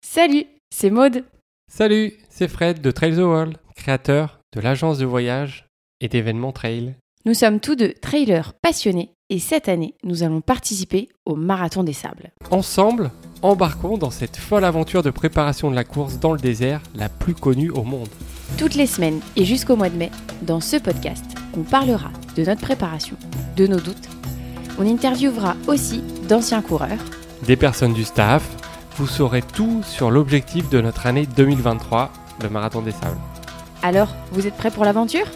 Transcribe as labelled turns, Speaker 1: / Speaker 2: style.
Speaker 1: Salut, c'est Maude.
Speaker 2: Salut, c'est Fred de Trail the World, créateur de l'agence de voyage et d'événements trail.
Speaker 1: Nous sommes tous deux trailers passionnés et cette année, nous allons participer au Marathon des Sables.
Speaker 2: Ensemble, embarquons dans cette folle aventure de préparation de la course dans le désert la plus connue au monde.
Speaker 1: Toutes les semaines et jusqu'au mois de mai, dans ce podcast, on parlera de notre préparation, de nos doutes. On interviewera aussi d'anciens coureurs.
Speaker 2: Des personnes du staff, vous saurez tout sur l'objectif de notre année 2023, le Marathon des Sables.
Speaker 1: Alors, vous êtes prêts pour l'aventure